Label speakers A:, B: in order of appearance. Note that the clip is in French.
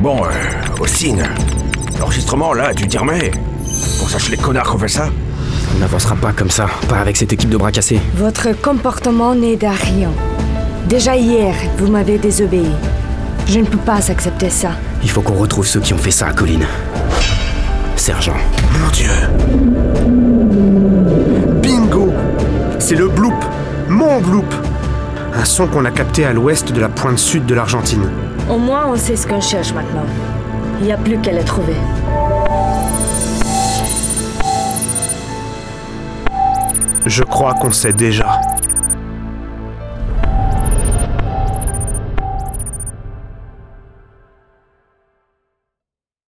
A: Bon, euh, Austin, l'enregistrement là, du dire mais. Qu'on sache les connards qu'on fait ça.
B: On n'avancera pas comme ça, pas avec cette équipe de bras cassés.
C: Votre comportement n'aide à rien. Déjà hier, vous m'avez désobéi. Je ne peux pas accepter ça.
B: Il faut qu'on retrouve ceux qui ont fait ça à Colline. Sergent.
A: Mon Dieu.
D: Bingo C'est le bloop Mon bloop Un son qu'on a capté à l'ouest de la pointe sud de l'Argentine.
C: Au moins, on sait ce qu'on cherche maintenant. Il n'y a plus qu'à la trouver.
D: Je crois qu'on sait déjà.